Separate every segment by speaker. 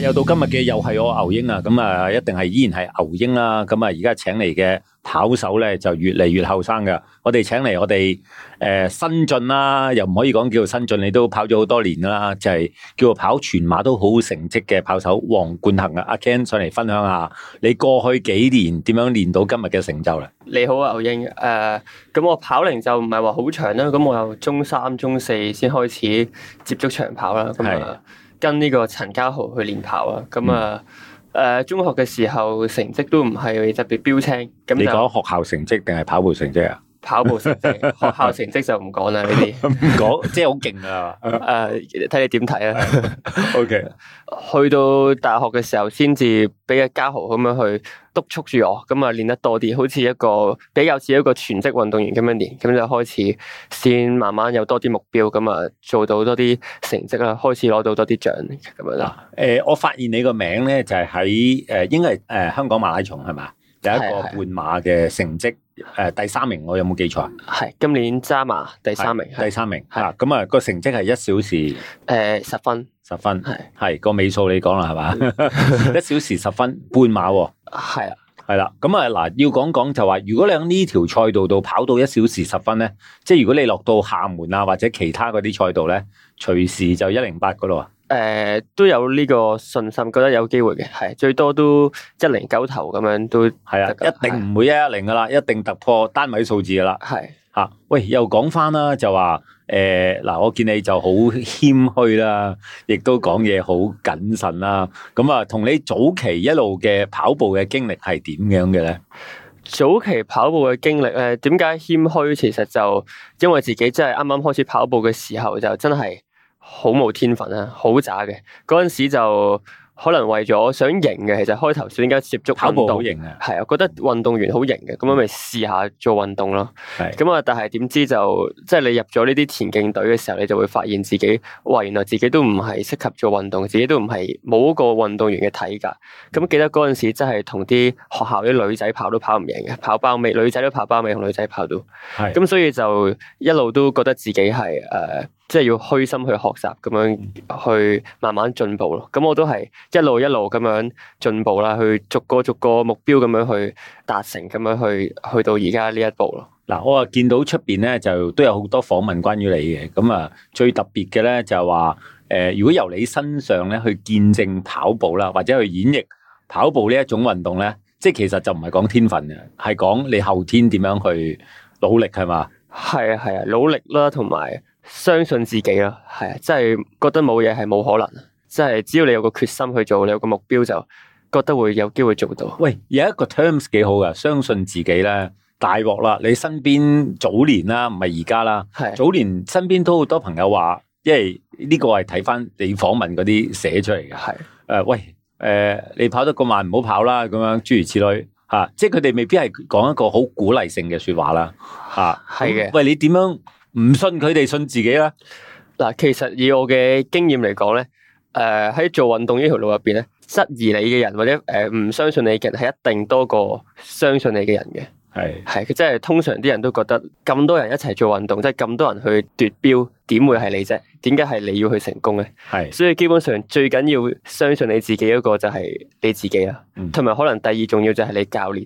Speaker 1: 又到今日嘅又係我牛英啊，咁啊一定係依然係牛英啦。咁啊而家請嚟嘅跑手咧就越嚟越後生噶。我哋請嚟我哋誒新進啦，又唔可以講叫做新進，你都跑咗好多年㗎啦，就係、叫做跑全馬都好成績嘅跑手黃冠衡啊。阿 Ken 上嚟分享下你過去幾年點樣練到今日嘅成就咧？
Speaker 2: 你好啊，牛英。誒、咁我跑齡就唔係話好長啦，咁我由中三、中四先開始接觸長跑啦，咁啊跟呢個陳家豪去練跑啊，咁
Speaker 1: 嗯
Speaker 2: 啊誒中學嘅時候成績都唔係特別標青，
Speaker 1: 你
Speaker 2: 咁就
Speaker 1: 講學校成績定係跑步成績啊？
Speaker 2: 跑步成 績，學校成績就唔講啦呢啲。
Speaker 1: 唔講，即係好勁 啊
Speaker 2: 誒，睇你點睇啊？
Speaker 1: ！OK，
Speaker 2: 去到大學嘅時候，先至俾阿家豪咁樣去督促住我，咁啊練得多啲，好似一個比較似一個全職運動員咁樣練，咁就開始先慢慢有多啲目標，咁啊做到多啲成績啦，開始攞到多啲獎咁樣啦。
Speaker 1: 诶、呃我發現你個名咧就係喺呃诶，应该系诶香港馬拉松係嘛？有一
Speaker 2: 係啊
Speaker 1: 個
Speaker 2: 係
Speaker 1: 半馬嘅成績，诶、第三名，我有冇記錯啊？
Speaker 2: 係今年揸馬第三名，
Speaker 1: 第
Speaker 2: 係
Speaker 1: 三名
Speaker 2: 係
Speaker 1: 吓，咁啊個成績係一小時
Speaker 2: 誒十分，
Speaker 1: 十分，
Speaker 2: 係
Speaker 1: 係個尾數你講啦係
Speaker 2: 嗯
Speaker 1: 嘛？一小時十分半馬喎，
Speaker 2: 係啊，
Speaker 1: 係啦，咁啊嗱，要講講就話，如果你喺呢條賽道度跑到一小時十分咧，即係如果你落到廈門啊或者其他嗰啲賽道咧，隨時就一零八嗰度啊，
Speaker 2: 誒都有呢個信心，覺得有機會嘅，係最多都一零九頭咁樣都
Speaker 1: 係啊，
Speaker 2: 得㗎
Speaker 1: 一定唔會一一零噶啦，一定突破單位數字噶啦。
Speaker 2: 係。
Speaker 1: 吓、喂，又講翻啦，就話诶嗱，我見你就好謙虛啦，亦都講嘢好謹慎啦。咁啊，同你早期一路嘅跑步嘅經歷係點樣嘅咧？
Speaker 2: 早期跑步嘅經歷咧，點解謙虛？其實就因為自己真係啱啱開始跑步嘅時候，就真係好冇天分啊，好渣嘅。嗰陣時就可能為咗想贏嘅，其實開頭先解接觸
Speaker 1: 跑步
Speaker 2: 運動
Speaker 1: 好型啊，嗯
Speaker 2: 係啊，覺得運動員好型嘅，咁樣咪試下做運動咯。
Speaker 1: 係
Speaker 2: 咁啊，但係點知就即係你入咗呢啲田徑隊嘅時候，你就會發現自己，哇！原來自己都唔係適合做運動，自己都唔係冇嗰個運動員嘅體格。
Speaker 1: 嗯
Speaker 2: 咁記得嗰陣時真係同啲學校啲女仔跑都跑唔贏嘅，跑包尾，女仔都跑包尾，同女仔跑到。
Speaker 1: 係
Speaker 2: 咁所以就一路都覺得自己係誒、呃即係要虛心去學習，咁樣去慢慢進步咯。咁我都係一路一路咁樣進步啦，去逐個逐個目標咁樣去達成，咁樣去去到而家呢一步咯。
Speaker 1: 嗱，我啊見到出边咧就都有好多訪問關於你嘅，咁啊最特別嘅咧就係話诶，如果由你身上咧去見證跑步啦，或者去演繹跑步呢一種運動咧，即系其實就唔係講天分嘅，係講你後天點樣去努力係嘛？
Speaker 2: 係啊係啊，努力啦，同埋相信自己啦，係啊，即係覺得冇嘢係冇可能，即係只要你有個決心去做，你有個目標就覺得會有機會做到。
Speaker 1: 喂，有一個 terms 幾好噶，相信自己咧，大鑊啦！你身邊早年啦，唔係而家啦，
Speaker 2: 係啊
Speaker 1: 早年身邊都好多朋友話，因為呢個係睇翻你訪問嗰啲寫出嚟嘅。誒、
Speaker 2: 係啊
Speaker 1: 喂，誒、你跑得咁慢，唔好跑啦，咁樣諸如此類嚇、啊即係佢哋未必係講一個好鼓勵性嘅説話啦嚇。啊
Speaker 2: 係嘅
Speaker 1: 喂，你點樣唔信佢哋信自己咧？
Speaker 2: 嗱，其實以我嘅經驗嚟講咧，誒、喺做運動呢條路入邊咧，質疑你嘅人或者誒唔、相信你嘅人係一定多過相信你嘅人嘅。
Speaker 1: 係。
Speaker 2: 係，佢即係通常啲人都覺得咁多人一齊做運動，即係咁多人去奪標，點會係你啫？點解係你要去成功咧？
Speaker 1: 係
Speaker 2: 所以基本上最緊要相信你自己嗰個就係你自己啦
Speaker 1: 嗯，
Speaker 2: 同埋、可能第二重要就係你教練。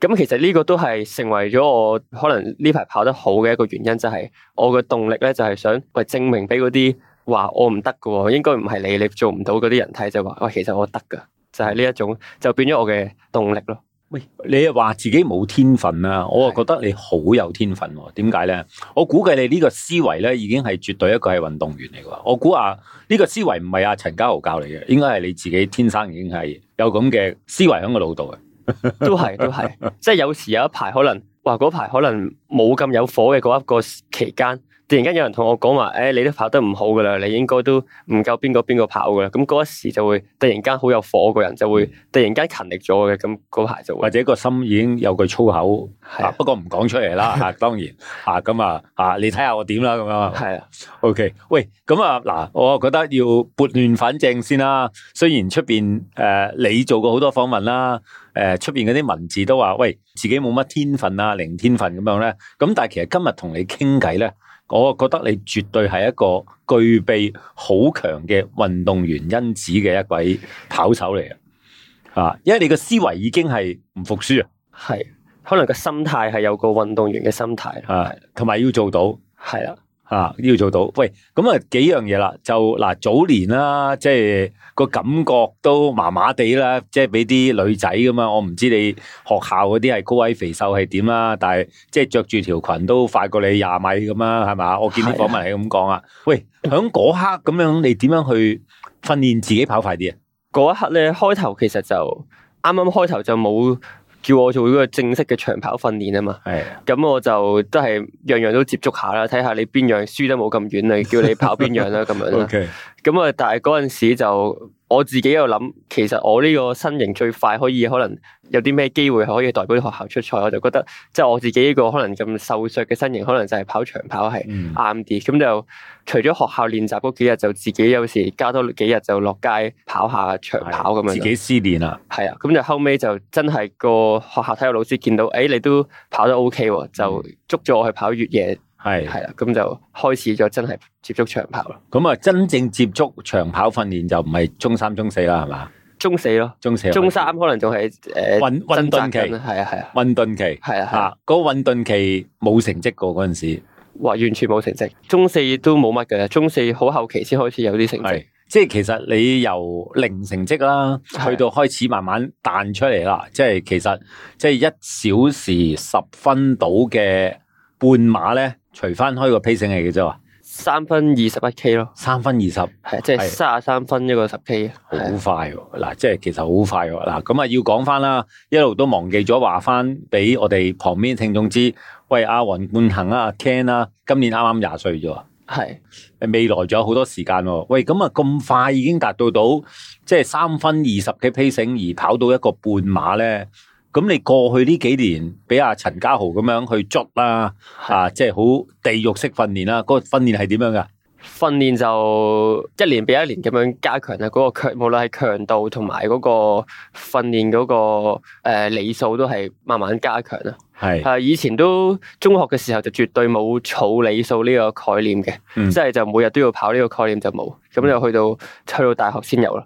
Speaker 2: 咁其實呢個都係成為咗我可能呢排跑得好嘅一個原因，就係、我嘅動力咧，就係、想喂證明俾嗰啲話我唔得嘅喎，應該唔係你，你做唔到嗰啲人睇就話喂，其實我得㗎，就係、呢一種就變咗我嘅動力咯。
Speaker 1: 喂，你又話自己冇天分啦，我啊覺得你好有天分喎。點解咧？我估計你呢個思維咧，已經係絕對一個係運動員嚟㗎。我估啊，呢個思維唔係阿陳家豪教你嘅，應該係你自己天生已經係有咁嘅思維喺個腦度嘅。
Speaker 2: 都係都係，即係有時有一排可能話嗰排可能冇咁有火嘅嗰一個期間，突然間有人同我講話，誒、你都跑得唔好㗎啦，你應該都唔夠邊個邊個跑㗎啦。咁嗰一時就會突然間好有火，個人就會突然間勤力咗嘅，咁嗰排就
Speaker 1: 或
Speaker 2: 會
Speaker 1: 者個心已經有句粗口，
Speaker 2: 係
Speaker 1: 啊、
Speaker 2: 啊
Speaker 1: 不過唔講出嚟啦嚇、啊當然嚇咁啊嚇、啊你睇下我點啦咁樣。
Speaker 2: 係啊
Speaker 1: O、k 喂，咁啊，嗱，我覺得要撥亂反正先啦。雖然出邊誒你做過好多訪問啦，誒出邊嗰啲文字都話，喂，自己冇乜天分啊，零天分咁樣咧。咁但係其實今日同你傾偈咧，我覺得你絕對係一個具備好強嘅運動員因子嘅一位跑手嚟嘅，啊，因為你個思維已經係唔服輸啊
Speaker 2: 係可能個心態係有個運動員嘅心態，
Speaker 1: 啊，同埋要做到。
Speaker 2: 係啦，
Speaker 1: 啊，要做到，喂，咁啊幾樣嘢啦，就嗱、早年啦，即係個感覺都麻麻地啦，即係俾啲女仔咁啊，我唔知你學校嗰啲係高矮肥瘦係點啦，但係即係着住條裙都快過你廿米咁啦，係嘛？我見啲
Speaker 2: 係啊
Speaker 1: 訪問係咁講啊，喂，響嗰刻咁樣，你點樣去訓練自己跑快啲啊？
Speaker 2: 嗰一刻咧開頭其實就啱啱開頭就冇叫我做呢個正式嘅長跑訓練啊嘛。
Speaker 1: 係
Speaker 2: 咁我就都係樣樣都接觸下啦，睇下你邊樣輸得冇咁遠啊，叫你跑邊樣啦咁樣 啦。
Speaker 1: ，OK，
Speaker 2: 咁啊，但係嗰陣時就我自己又諗，其實我呢個身形最快可以可能有啲咩機會係可以代表學校出賽，我就覺得即係我自己呢個可能咁瘦削嘅身形，可能就係跑長跑係
Speaker 1: 嗯，
Speaker 2: 啱啲。咁就除咗學校練習嗰幾日，就自己有時加多幾日就落街跑下長跑咁樣
Speaker 1: 自
Speaker 2: 咯。
Speaker 1: 己思練啦，
Speaker 2: 係啊，咁就後尾就真係個學校體育老師見到，誒、你都跑得 O K 喎，就
Speaker 1: 嗯
Speaker 2: 捉咗我去跑越野，
Speaker 1: 係。
Speaker 2: 係啦，咁就開始咗真係接觸長跑啦，
Speaker 1: 咁啊，真正接觸長跑訓練就唔係中三、中四啦，係嘛？
Speaker 2: 中四咯，
Speaker 1: 中四、
Speaker 2: 中三可能仲係誒
Speaker 1: 混混沌期，
Speaker 2: 係啊係啊
Speaker 1: 混沌期
Speaker 2: 係啊係啊，
Speaker 1: 啊，嗰個混沌期冇成績過嗰陣時，
Speaker 2: 哇完全冇成績，中四都冇乜嘅，中四好後期先開始有啲成績，
Speaker 1: 係即係其實你由零成績啦，
Speaker 2: 係
Speaker 1: 去到開始慢慢彈出嚟啦，即係其實即係一小時十分到嘅半馬咧，除翻開個 pacing 嚟嘅啫喎，
Speaker 2: 三分二十一 K 咯，
Speaker 1: 啊三分二十好
Speaker 2: 係即係
Speaker 1: 係
Speaker 2: 三十三分一個十 K，係啊
Speaker 1: 快喎，嗱，即係其實好快喎，嗱，咁啊要講翻啦，一路都忘記咗話翻俾我哋旁邊聽眾知，喂，阿雲冠行啊，阿 Ken 啊，今年啱啱廿歲啫喎。
Speaker 2: 係
Speaker 1: 未來仲有好多時間喎。喂，咁啊咁快已經達到到即係三分二十嘅 pacing，而跑到一個半馬咧。咁你過去呢幾年俾阿陳家豪咁樣去捉啦，啊，即係好地獄式訓練啦。嗰、個訓練係點樣噶？
Speaker 2: 訓練就一年比一年咁樣加強啦，嗰、個強無論係強度同埋嗰個訓練嗰、個誒、呃、理數都係慢慢加強啦。係、
Speaker 1: 係，
Speaker 2: 以前都中學嘅時候就絕對冇儲理數呢個概念嘅，
Speaker 1: 嗯
Speaker 2: 即係就每日都要跑呢個概念就冇，咁就去到去到大學先有啦。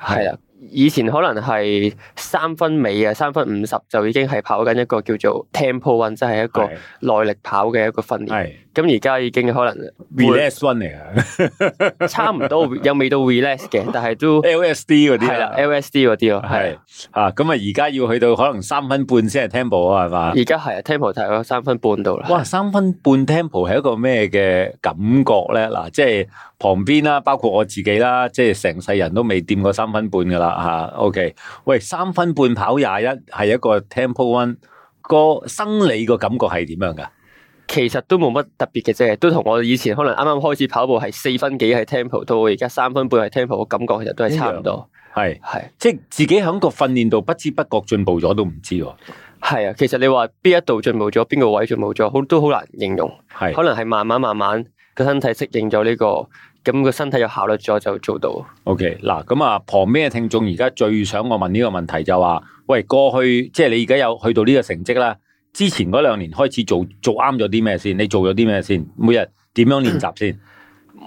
Speaker 2: 係啦，以前可能係三分尾啊，三分五十就已經係跑緊一個叫做 tempo run，即係一個
Speaker 1: 係
Speaker 2: 耐力跑嘅一個訓練。
Speaker 1: 係
Speaker 2: 咁而家已經可能
Speaker 1: relax one 嚟嘅
Speaker 2: 差唔多有未到 relax 嘅，但係都
Speaker 1: LSD 嗰啲
Speaker 2: 係啦
Speaker 1: 啦，
Speaker 2: LSD 嗰啲咯，係
Speaker 1: 係啊，咁啊而家要去到可能三分半先係 tempo 啊，係嘛？
Speaker 2: 而家係啊 tempo 大概三分半到啦。
Speaker 1: 哇，三分半 tempo 係一個咩嘅感覺咧？嗱，即係旁邊啦，包括我自己啦，即係成世人都未掂過三分半噶啦吓。OK，喂，三分半跑廿一係一個 tempo one，個生理個感覺係點樣噶？
Speaker 2: 其實都冇乜特別嘅啫，都同我以前可能啱啱開始跑步係四分幾係 tempo，到而家三分半係 tempo，我感覺其實都係差唔多。
Speaker 1: 係，啊
Speaker 2: 係
Speaker 1: 即係自己喺個訓練度不知不覺進步咗都唔知喎。
Speaker 2: 係啊，其實你話邊一度進步咗，邊個位進步咗，好都好難形容。可
Speaker 1: 係，
Speaker 2: 能係慢慢慢慢個身體適應咗呢、個，咁個身體有效率咗就做到。
Speaker 1: OK，嗱，咁啊，旁邊嘅聽眾而家最想我問呢個問題就話，喂，過去即係你而家有去到呢個成績啦，之前嗰兩年開始做做啱咗啲咩先？你做咗啲咩先？每日點樣練習先？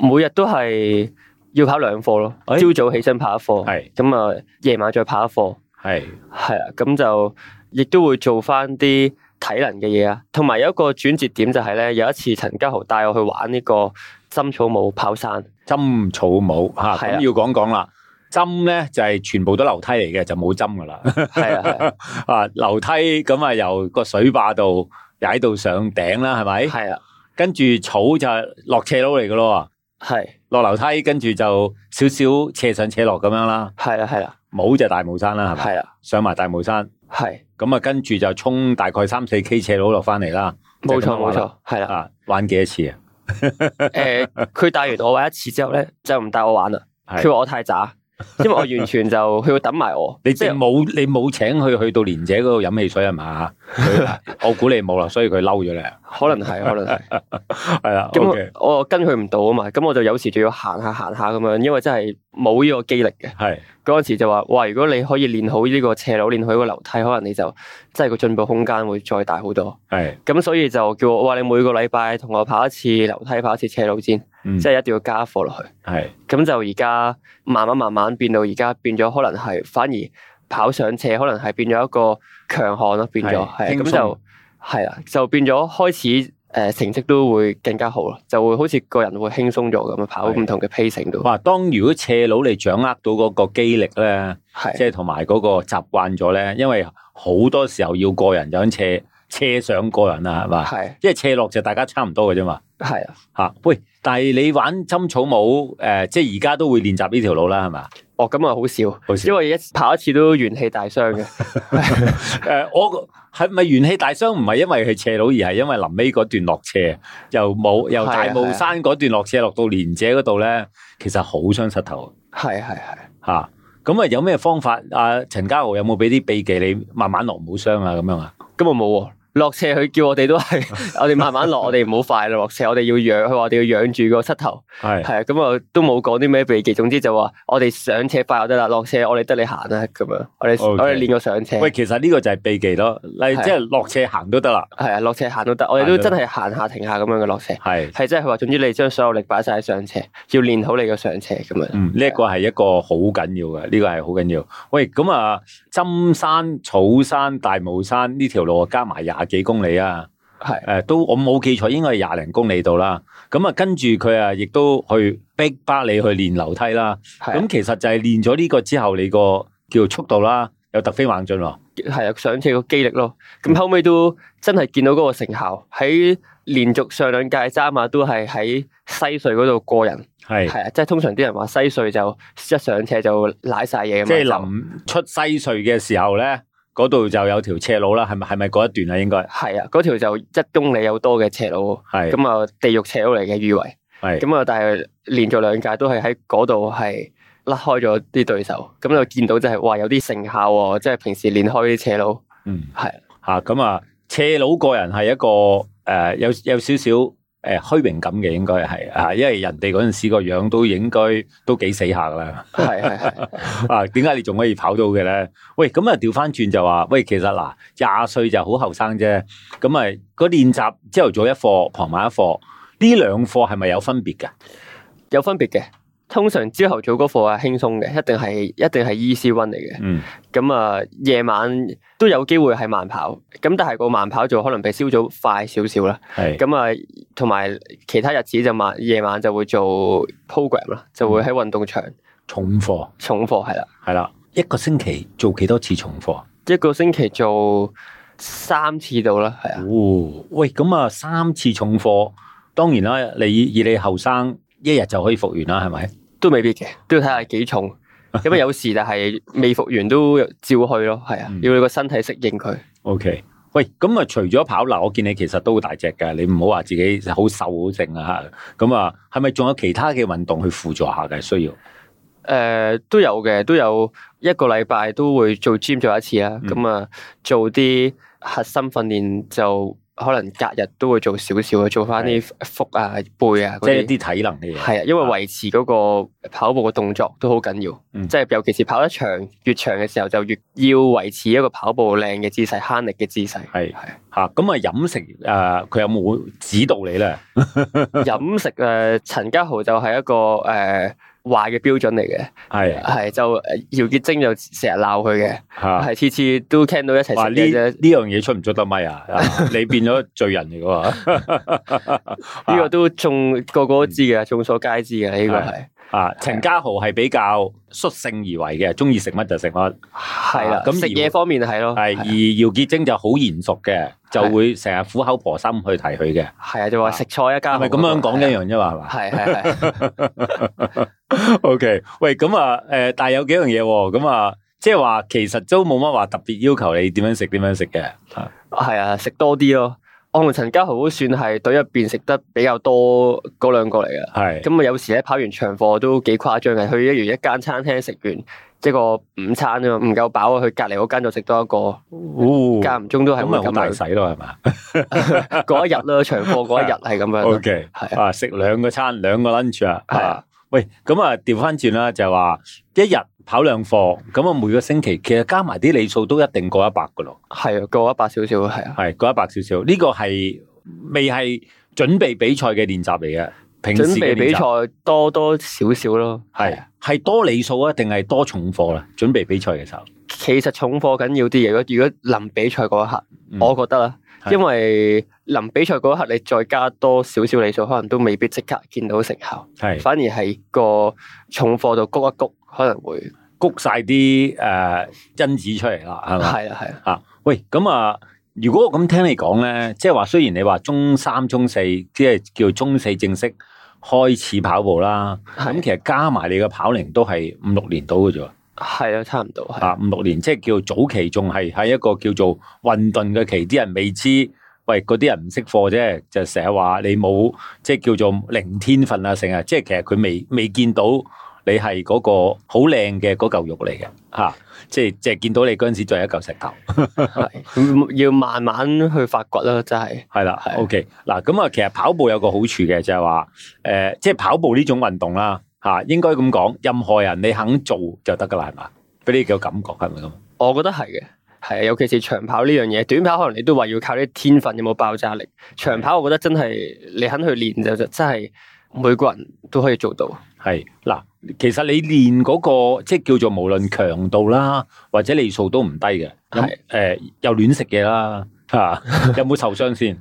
Speaker 2: 每日都係要跑兩課咯，
Speaker 1: 哎
Speaker 2: 朝早起身跑一課，
Speaker 1: 係
Speaker 2: 咁啊夜晚再跑一課。
Speaker 1: 係
Speaker 2: 係啊，咁就亦都會做翻啲體能嘅嘢啊，同埋有一個轉折點就係咧，有一次陳家豪帶我去玩呢個針草舞跑 山，
Speaker 1: 針草舞吓，
Speaker 2: 係
Speaker 1: 咁、
Speaker 2: 啊
Speaker 1: 要講講啦。針咧就係、全部都樓梯嚟嘅，就冇針噶 啦。
Speaker 2: 係啊係啊
Speaker 1: 啊，樓梯咁啊，由個水壩度踩到上頂啦，係咪？
Speaker 2: 係啊
Speaker 1: 跟住草就係落斜路嚟噶咯，
Speaker 2: 係
Speaker 1: 落樓梯跟住就少少斜上斜落咁樣啦。
Speaker 2: 係啊係啊
Speaker 1: 帽就大帽山啦，係咪？
Speaker 2: 係啊
Speaker 1: 上埋大帽山，
Speaker 2: 係，
Speaker 1: 咁啊跟住就衝大概三四 K 斜佬落翻嚟啦。
Speaker 2: 冇
Speaker 1: 就
Speaker 2: 錯
Speaker 1: 咁樣
Speaker 2: 冇
Speaker 1: 玩啦
Speaker 2: 錯，係啦。
Speaker 1: 啊，玩幾多次啊？
Speaker 2: 誒，佢帶完我玩一次之後咧，就唔帶我玩啦，佢
Speaker 1: 係
Speaker 2: 話我太渣，因 為我完全就佢要抌埋我，
Speaker 1: 你
Speaker 2: 即
Speaker 1: 即
Speaker 2: 係
Speaker 1: 冇你冇請佢去到連姐嗰度飲汽水係嘛？佢 我估你冇啦，所以佢嬲咗你。
Speaker 2: 可 能係，可能係。
Speaker 1: 系啦
Speaker 2: 咁我我跟佢唔到啊嘛，咁我就有時仲要行下行下咁樣，因為真係冇呢個肌力嘅。
Speaker 1: 系
Speaker 2: 嗰陣時就話：哇！如果你可以練好呢個斜路，練好呢個樓梯，可能你就真係個進步空間會再大好多。
Speaker 1: 系，
Speaker 2: 咁所以就叫我：哇！你每個禮拜同我跑一次樓梯，跑一次斜路先，
Speaker 1: 嗯，
Speaker 2: 即係一定要加課落去。
Speaker 1: 系
Speaker 2: 咁就而家慢慢慢慢變到而家變咗，可能係反而跑上斜，可能係變咗一個強項咯，變咗
Speaker 1: 係輕
Speaker 2: 係啊
Speaker 1: 鬆
Speaker 2: 咁就係啊啦，就變咗開始誒、呃成績都會更加好咯，就會好似個人會輕鬆咗咁啊，跑
Speaker 1: 係
Speaker 2: 唔同嘅 pacing 都
Speaker 1: 哇！當如果斜佬你掌握到嗰個肌力咧，即
Speaker 2: 係
Speaker 1: 係同埋嗰個習慣咗咧，因為好多時候要過人就喺斜斜上過人啊啦，係嘛？
Speaker 2: 係
Speaker 1: 即係斜落就大家差唔多嘅啫嘛。
Speaker 2: 係啊！
Speaker 1: 吓、喂！但係你玩針草舞，诶、即係而家都會練習呢條路啦，係嘛？
Speaker 2: 哦，咁啊好少，
Speaker 1: 好似
Speaker 2: 因為一跑一次都元氣大傷嘅，呃
Speaker 1: 诶，我係咪元氣大傷？唔係因為佢斜佬，而係因為臨尾嗰段落斜，又冇由
Speaker 2: 係啊
Speaker 1: 大
Speaker 2: 係
Speaker 1: 霧
Speaker 2: 啊
Speaker 1: 山嗰段落斜落到連者嗰度咧，其實好傷膝頭。
Speaker 2: 係係係。
Speaker 1: 吓。咁啊，有咩方法？阿陳家豪有冇俾啲秘技你慢慢落唔好傷啊？咁樣啊？
Speaker 2: 咁我冇喎。落斜佢叫我哋都 係，我哋慢慢落，我哋唔好快啦。落斜我哋要養，佢話我哋要養住個膝頭。
Speaker 1: 係
Speaker 2: 系啊，咁啊都冇講啲咩秘技，總之就話我哋上斜快就得啦，落斜我哋得你行啦，咁樣我哋
Speaker 1: OK
Speaker 2: 我哋練過上斜，
Speaker 1: 喂，其實呢個就係秘技咯，例
Speaker 2: 係
Speaker 1: 即係落斜行都得啦。
Speaker 2: 係啊，落斜行都得，我哋都真係行下停下咁樣嘅落斜，
Speaker 1: 係，
Speaker 2: 係即係佢話，總之你將所有力擺晒喺上斜，要練好你嘅上斜咁樣。
Speaker 1: 嗯，呢一個係一個好緊要嘅，呢個係好緊要。喂，咁啊，針山、草山、大帽山呢條路啊，加埋廿幾公里啊，
Speaker 2: 係
Speaker 1: 誒都我冇記錯，應該係廿零公里度啦。咁啊，跟住佢啊，亦都去逼巴你去練樓梯啦。
Speaker 2: 係啊
Speaker 1: 咁其實就係練咗呢個之後，你個叫速度啦，有突飛猛進喎。
Speaker 2: 咁係啊，上斜個肌力咯。咁後尾都真係見到嗰個成效，喺連續上兩屆揸馬都係喺西隧嗰度過人，
Speaker 1: 係。
Speaker 2: 係啊，即係通常啲人話西隧就一上斜就舐晒嘢咁樣
Speaker 1: 即係
Speaker 2: 就
Speaker 1: 臨出西隧嘅時候咧，嗰度就有條斜路啦，係咪係咪嗰一段啊？應該
Speaker 2: 係啊，嗰條就一公里有多嘅斜路，
Speaker 1: 係
Speaker 2: 咁啊地獄斜路嚟嘅以為，
Speaker 1: 係
Speaker 2: 咁啊但係連續兩屆都係喺嗰度係甩開咗啲對手，咁就見到就係哇有啲成效喎，即係平時練開啲斜路
Speaker 1: 嗯
Speaker 2: 係
Speaker 1: 吓咁啊，斜佬個人係一個诶、呃有有少少诶虚荣感嘅，應該係啊，因為人哋嗰阵时个样都應該都幾死下噶啦。
Speaker 2: 係係係
Speaker 1: 啊，點解你仲可以跑到嘅咧？喂，咁啊調翻轉就話，喂，其實嗱，廿歲就好後生啫，咁啊，嗰練習朝頭早一課，傍晚一課，呢兩課係咪有分別㗎？
Speaker 2: 有分別嘅。通常朝頭早嗰課係啊輕鬆嘅，一定係一定係 easy one 嚟嘅。
Speaker 1: 嗯，
Speaker 2: 咁啊夜晚都有機會係慢跑，咁但係個慢跑就可能比朝早快少少啦。
Speaker 1: 係
Speaker 2: 咁啊，同埋其他日子就晚夜晚就會做 program 啦，就會喺運動場
Speaker 1: 重課。
Speaker 2: 重課係啦，
Speaker 1: 系啦，一個星期做幾多次重課？
Speaker 2: 一個星期做三次到啦，係啊，
Speaker 1: 哦，喂，咁啊，三次重課，當然啦，你以你後生一日就可以復原啦，係咪？
Speaker 2: 都未必嘅，都要睇下幾重。咁啊，有時但係未復完都照去咯，係啊
Speaker 1: 嗯，
Speaker 2: 要你個身體適應佢。
Speaker 1: O K，喂，咁啊，除咗跑嗱，我見你其實都好大隻㗎，你唔好話自己好瘦好剩啊吓。咁啊，係咪仲有其他嘅運動去輔助下嘅需要？
Speaker 2: 誒、呃都有嘅，都有一個禮拜都會做 gym 做一次啦。
Speaker 1: 嗯
Speaker 2: 咁啊、做啲核心訓練就可能隔日都會做少少嘅，做翻啲腹啊、背啊
Speaker 1: 即係
Speaker 2: 嗰
Speaker 1: 一
Speaker 2: 啲。
Speaker 1: 啲體能嘅嘢。
Speaker 2: 係啊，因為維持嗰個跑步嘅動作都好緊要，
Speaker 1: 嗯
Speaker 2: 即係尤其是跑得長越長嘅時候，就越要維持一個跑步靚嘅姿勢、慳力嘅姿 勢。
Speaker 1: 係
Speaker 2: 係
Speaker 1: 吓，咁啊，飲食诶，呃佢、有冇指導你咧？
Speaker 2: 飲食誒、呃，陳家豪就係一個誒、呃、壞嘅標準嚟嘅，
Speaker 1: 係
Speaker 2: 係就呃姚潔晶就成日鬧佢嘅，
Speaker 1: 吓，
Speaker 2: 係次次都 can 到一齊食
Speaker 1: 啊哇！呢
Speaker 2: 嘅啫
Speaker 1: 呢。樣嘢出唔出得咪啊？啊你變咗罪人嚟㗎喎！
Speaker 2: 呢個都眾個個都知嘅，眾所皆知嘅呢個係
Speaker 1: 啊，陳家豪係比較率性而為嘅，中意食乜就食乜，
Speaker 2: 係啦。
Speaker 1: 啊咁
Speaker 2: 食嘢方面係
Speaker 1: 係
Speaker 2: 咯，哦係啊
Speaker 1: 而姚潔晶就好嚴肅嘅，就會成日苦口婆心去提佢嘅，
Speaker 2: 係啊，就話食菜一家
Speaker 1: 係咪咁樣
Speaker 2: 啊
Speaker 1: 講一？樣啫嘛？係嘛
Speaker 2: 係係係。
Speaker 1: ？OK，喂，咁啊，誒，但係有幾樣嘢喎，咁啊，即係
Speaker 2: 啊
Speaker 1: 話其實都冇乜話特別要求你點樣食點樣食嘅，
Speaker 2: 系啊，食多啲咯，我同陳家豪都算係隊入邊食得比較多嗰兩個嚟嘅。
Speaker 1: 系
Speaker 2: 咁啊，有時咧跑完長課都幾誇張嘅，去一完一間餐廳食完一個午餐啫嘛，唔夠飽啊，去隔離嗰間就食多一個，間唔中都係
Speaker 1: 哦咁咪
Speaker 2: 會
Speaker 1: 好
Speaker 2: 咁
Speaker 1: 大
Speaker 2: 樣。
Speaker 1: 使咯，系嘛
Speaker 2: 嗰一日啦，長課嗰一日係咁 樣咯。
Speaker 1: ？OK，
Speaker 2: 係啊
Speaker 1: 啊，食兩個餐，兩個 lunch 啊，
Speaker 2: 係
Speaker 1: 啊
Speaker 2: 啊，
Speaker 1: 喂，咁啊，調翻轉啦，就係話一日跑兩課，咁啊，每個星期其實加埋啲理數都一定過一百噶咯，
Speaker 2: 係啊，過一百少少係啊。
Speaker 1: 係過一百少少，呢個係未係準備比賽嘅練習嚟嘅，平時
Speaker 2: 準
Speaker 1: 嘅練
Speaker 2: 備比
Speaker 1: 習
Speaker 2: 賽多多少少咯，
Speaker 1: 係係多理數啊，定係多重課啦？準備比賽嘅時候，
Speaker 2: 其實重課緊要啲嘢。如果如果臨比賽嗰一刻，
Speaker 1: 嗯
Speaker 2: 我覺得啦，
Speaker 1: 係
Speaker 2: 因為臨比賽嗰一刻你再加多少少理數，可能都未必即刻見到成效，
Speaker 1: 係
Speaker 2: 反而係個重課度谷一谷，可能會
Speaker 1: 谷晒啲诶因子出嚟啦，係嘛？
Speaker 2: 係啊係啊，
Speaker 1: 啊，喂，咁啊，如果我咁聽你講咧，即係話雖然你話中三、中四，即係叫中四正式開始跑步啦，咁
Speaker 2: 係
Speaker 1: 其實加埋你嘅跑齡都係五六年到嘅啫喎，
Speaker 2: 係啊，差唔多係
Speaker 1: 啊，五六年即係叫早期仲係喺一個叫做混沌嘅期，啲人未知。喂，嗰啲人唔識貨啫，就成日話你冇即係叫做零天分啊，成日即係其實佢未未見到你係嗰個好靚嘅嗰嚿肉嚟嘅嚇，啊即係即係見到你嗰陣時就係一嚿石頭。
Speaker 2: 係要慢慢去發掘啦，真係
Speaker 1: 系啦
Speaker 2: 係
Speaker 1: ，OK，嗱，咁啊，其實跑步有個好處嘅就係話，诶、即係跑步呢種運動啦，吓、應該咁講，任何人你肯做就得噶啦，係嘛？俾你個感覺係咪咁？
Speaker 2: 我覺得係嘅。係啊，尤其是長跑呢樣嘢，短跑可能你都話要靠啲天分有冇爆炸力。長跑我覺得真係你肯去練就就真係每個人都可以做到。
Speaker 1: 係嗱，其實你練嗰、個即係叫做無論強度啦，或者你數都唔低嘅，咁
Speaker 2: 係
Speaker 1: 诶、誒又亂食嘢啦，吓、 有冇受傷先？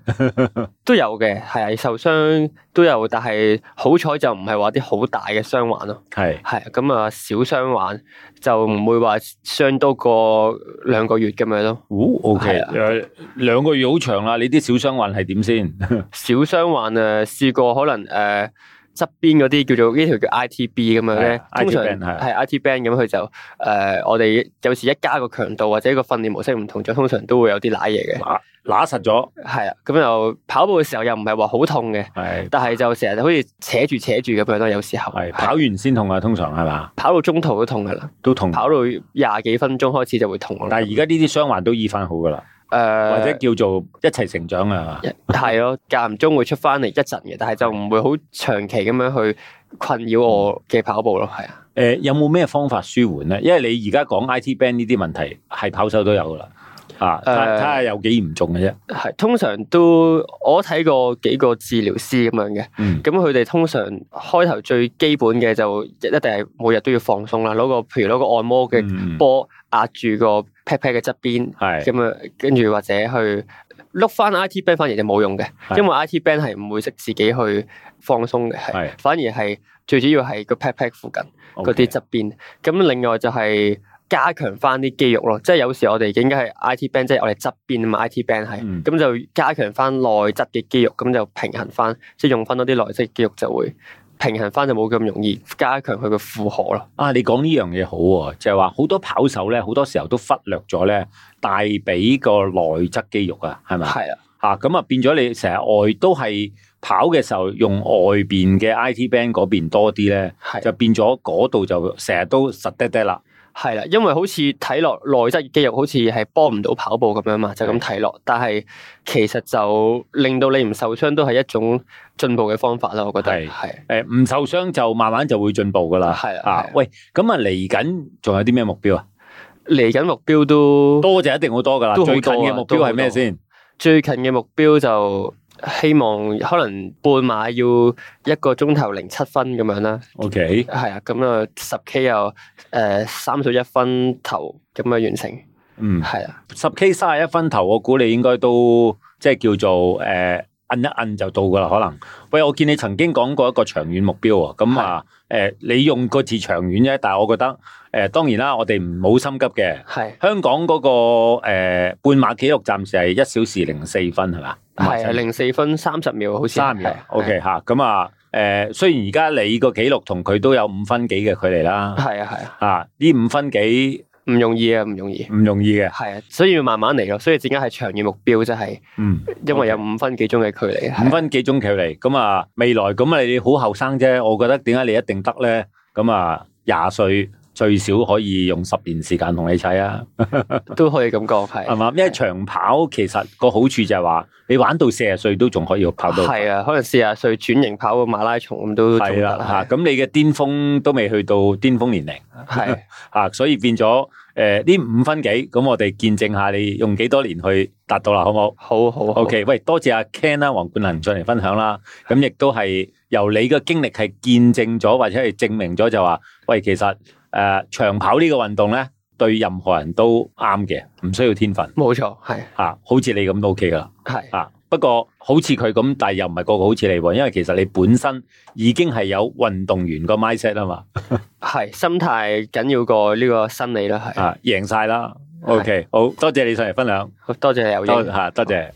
Speaker 2: 都有嘅，係啊，受傷都有，但係好彩就唔係話啲好大嘅傷患咯。
Speaker 1: 係
Speaker 2: 係啊咁啊，小傷患就唔會話傷多過兩個月咁樣咯。
Speaker 1: 哦，OK，
Speaker 2: 係啊
Speaker 1: 诶，两个月好長啦，你啲小傷患係點先？
Speaker 2: 小傷患啊，試過可能誒側邊嗰啲叫做呢條叫 ITB 咁樣
Speaker 1: 係
Speaker 2: 咧，
Speaker 1: 啊
Speaker 2: 通常
Speaker 1: IT band 係
Speaker 2: 係 IT band 咁，佢就誒、呃我哋有時一加個強度或者個訓練模式唔同咗，通常都會有啲瀨嘢嘅，
Speaker 1: 嗱嗱實咗，
Speaker 2: 係啊，咁又跑步嘅時候又唔係話好痛嘅，
Speaker 1: 係
Speaker 2: 但係就成日好似扯住扯住咁樣咯，有時候
Speaker 1: 係跑完先痛啊，通常係嘛？
Speaker 2: 跑到中途都痛噶啦，
Speaker 1: 都痛。
Speaker 2: 跑到廿幾分鐘開始就會痛
Speaker 1: 嗯
Speaker 2: 啦。
Speaker 1: 但係而家呢啲傷患都醫翻好噶啦，
Speaker 2: 誒、
Speaker 1: 或者叫做一齊成長啊，
Speaker 2: 係咯，間唔中會出翻嚟一陣嘅，但係就唔會好長期咁樣去困擾我嘅跑步咯，係啊。
Speaker 1: 誒、有冇咩方法舒緩咧？因為你而家講 I T band 呢啲問題係跑手都有噶啦，啊，睇
Speaker 2: 誒
Speaker 1: 睇下有幾嚴重嘅啫。
Speaker 2: 係通常都我睇過幾個治療師咁樣嘅，
Speaker 1: 嗯，
Speaker 2: 咁佢哋通常開頭最基本嘅就一定係每日都要放鬆啦，攞個譬如攞個按摩嘅
Speaker 1: 嗯
Speaker 2: 波壓住個 pat pat 嘅側邊，
Speaker 1: 係
Speaker 2: 咁啊跟住或者去碌翻 IT band 反而就冇用嘅，
Speaker 1: 係
Speaker 2: 因為 IT band 係唔會識自己去放鬆嘅，係
Speaker 1: 係
Speaker 2: 反而係最主要係個 pat pat 附近。嗰啲側邊。咁另外就係加強翻啲肌肉咯，即係有時我哋應該係 IT band，即係我哋側邊啊嘛，IT band
Speaker 1: 嗯
Speaker 2: 係，咁就加強翻內側嘅肌肉，咁就平衡翻，即係用翻多啲內側嘅肌肉就會平衡翻，就冇咁容易加強佢嘅負荷咯。
Speaker 1: 啊，你講呢樣嘢好喎、就係話好多跑手咧，好多時候都忽略咗咧大髀個內側肌肉啊，係咪？
Speaker 2: 係啦，
Speaker 1: 啊，咁啊變咗你成日外都係跑嘅時候用外邊嘅 I T band 嗰邊多啲咧，
Speaker 2: 係
Speaker 1: 就變咗嗰度就成日都實得得啦。
Speaker 2: 係啦，因為好似睇落內側嘅肌肉好似係幫唔到跑步咁樣嘛，就咁睇落，但係其實就令到你唔受傷都係一種進步嘅方法啦，我覺得
Speaker 1: 係
Speaker 2: 係。
Speaker 1: 诶，唔受傷就慢慢就會進步噶啦。
Speaker 2: 係啊係
Speaker 1: 啊
Speaker 2: 啊，
Speaker 1: 喂，咁啊嚟緊仲有啲咩目標啊？
Speaker 2: 嚟緊目標都
Speaker 1: 多就一定好多噶啦。
Speaker 2: 都好
Speaker 1: 最近
Speaker 2: 多啊
Speaker 1: 嘅目標係咩先？
Speaker 2: 最近嘅目標就希望可能半馬要一個鐘頭零七分咁樣啦，
Speaker 1: O K，
Speaker 2: 係啊，咁啊十 K 又誒三十一分頭咁樣完成，
Speaker 1: 嗯，
Speaker 2: 係啊，
Speaker 1: 十 K 三十一分頭，我估你應該都即係叫做诶，摁一摁就到噶啦，可能。喂，我見你曾經講過一個長遠目標喎，咁啊，诶，你用個字長遠啫，但係我覺得诶，當然啦，我哋唔好心急嘅。
Speaker 2: 係啊
Speaker 1: 香港嗰、個呃半馬紀錄暫時係一小時零四分係嘛？
Speaker 2: 係啊，零四分三十秒好似
Speaker 1: 三
Speaker 2: 係
Speaker 1: 嘅
Speaker 2: 啊
Speaker 1: ，OK 吓，咁啊，诶，雖然而 家你個紀錄同佢都有五分幾嘅距離啦，
Speaker 2: 係啊係啊，
Speaker 1: 啊，呢五分幾
Speaker 2: 唔容易啊，唔容易。
Speaker 1: 唔容易嘅，
Speaker 2: 係啊，所以要慢慢嚟咯。所以點解係長遠目標，即係
Speaker 1: 嗯，
Speaker 2: 因為有五分幾鐘嘅距離。
Speaker 1: 五
Speaker 2: 係啊
Speaker 1: 分幾鐘距離，咁啊未來咁啊你好後生啫，我覺得點解你一定得咧？咁啊廿歲最少可以用十年時間同你砌啊，
Speaker 2: 都可以咁講，係啊
Speaker 1: 係嘛？因為長跑其實個好處就係話你玩到四十歲都仲可以跑到。
Speaker 2: 係啊，可能四廿歲轉型跑個馬拉松咁都仲
Speaker 1: 係
Speaker 2: 得
Speaker 1: 啦，吓
Speaker 2: 係
Speaker 1: 咁你嘅巔峰都未去到巔峰年齡
Speaker 2: 係
Speaker 1: 啊，所以變咗诶呢五分幾，咁我哋見證下你用幾多年去達到啦，好冇？
Speaker 2: 好好好
Speaker 1: OK，喂，多謝阿 Ken 啦，黃冠恒上嚟分享啦，咁亦都係由你嘅經歷係見證咗或者係證明咗就話，喂，其實诶、呃、长跑呢個運動咧，對任何人都啱嘅，唔需要天分
Speaker 2: 冇錯，係
Speaker 1: 吓、啊好似你咁都 OK 噶啦
Speaker 2: 係
Speaker 1: 啊。不過好似佢咁，但係又唔係個個好似你喎，因為其實你本身已經係有運動員個 mindset 啊嘛，
Speaker 2: 係心態緊要過呢個心理啦，係
Speaker 1: 啊，贏晒啦。OK，好多謝你上嚟分享，
Speaker 2: 好多謝你有
Speaker 1: 多
Speaker 2: 應。
Speaker 1: 吓，多謝。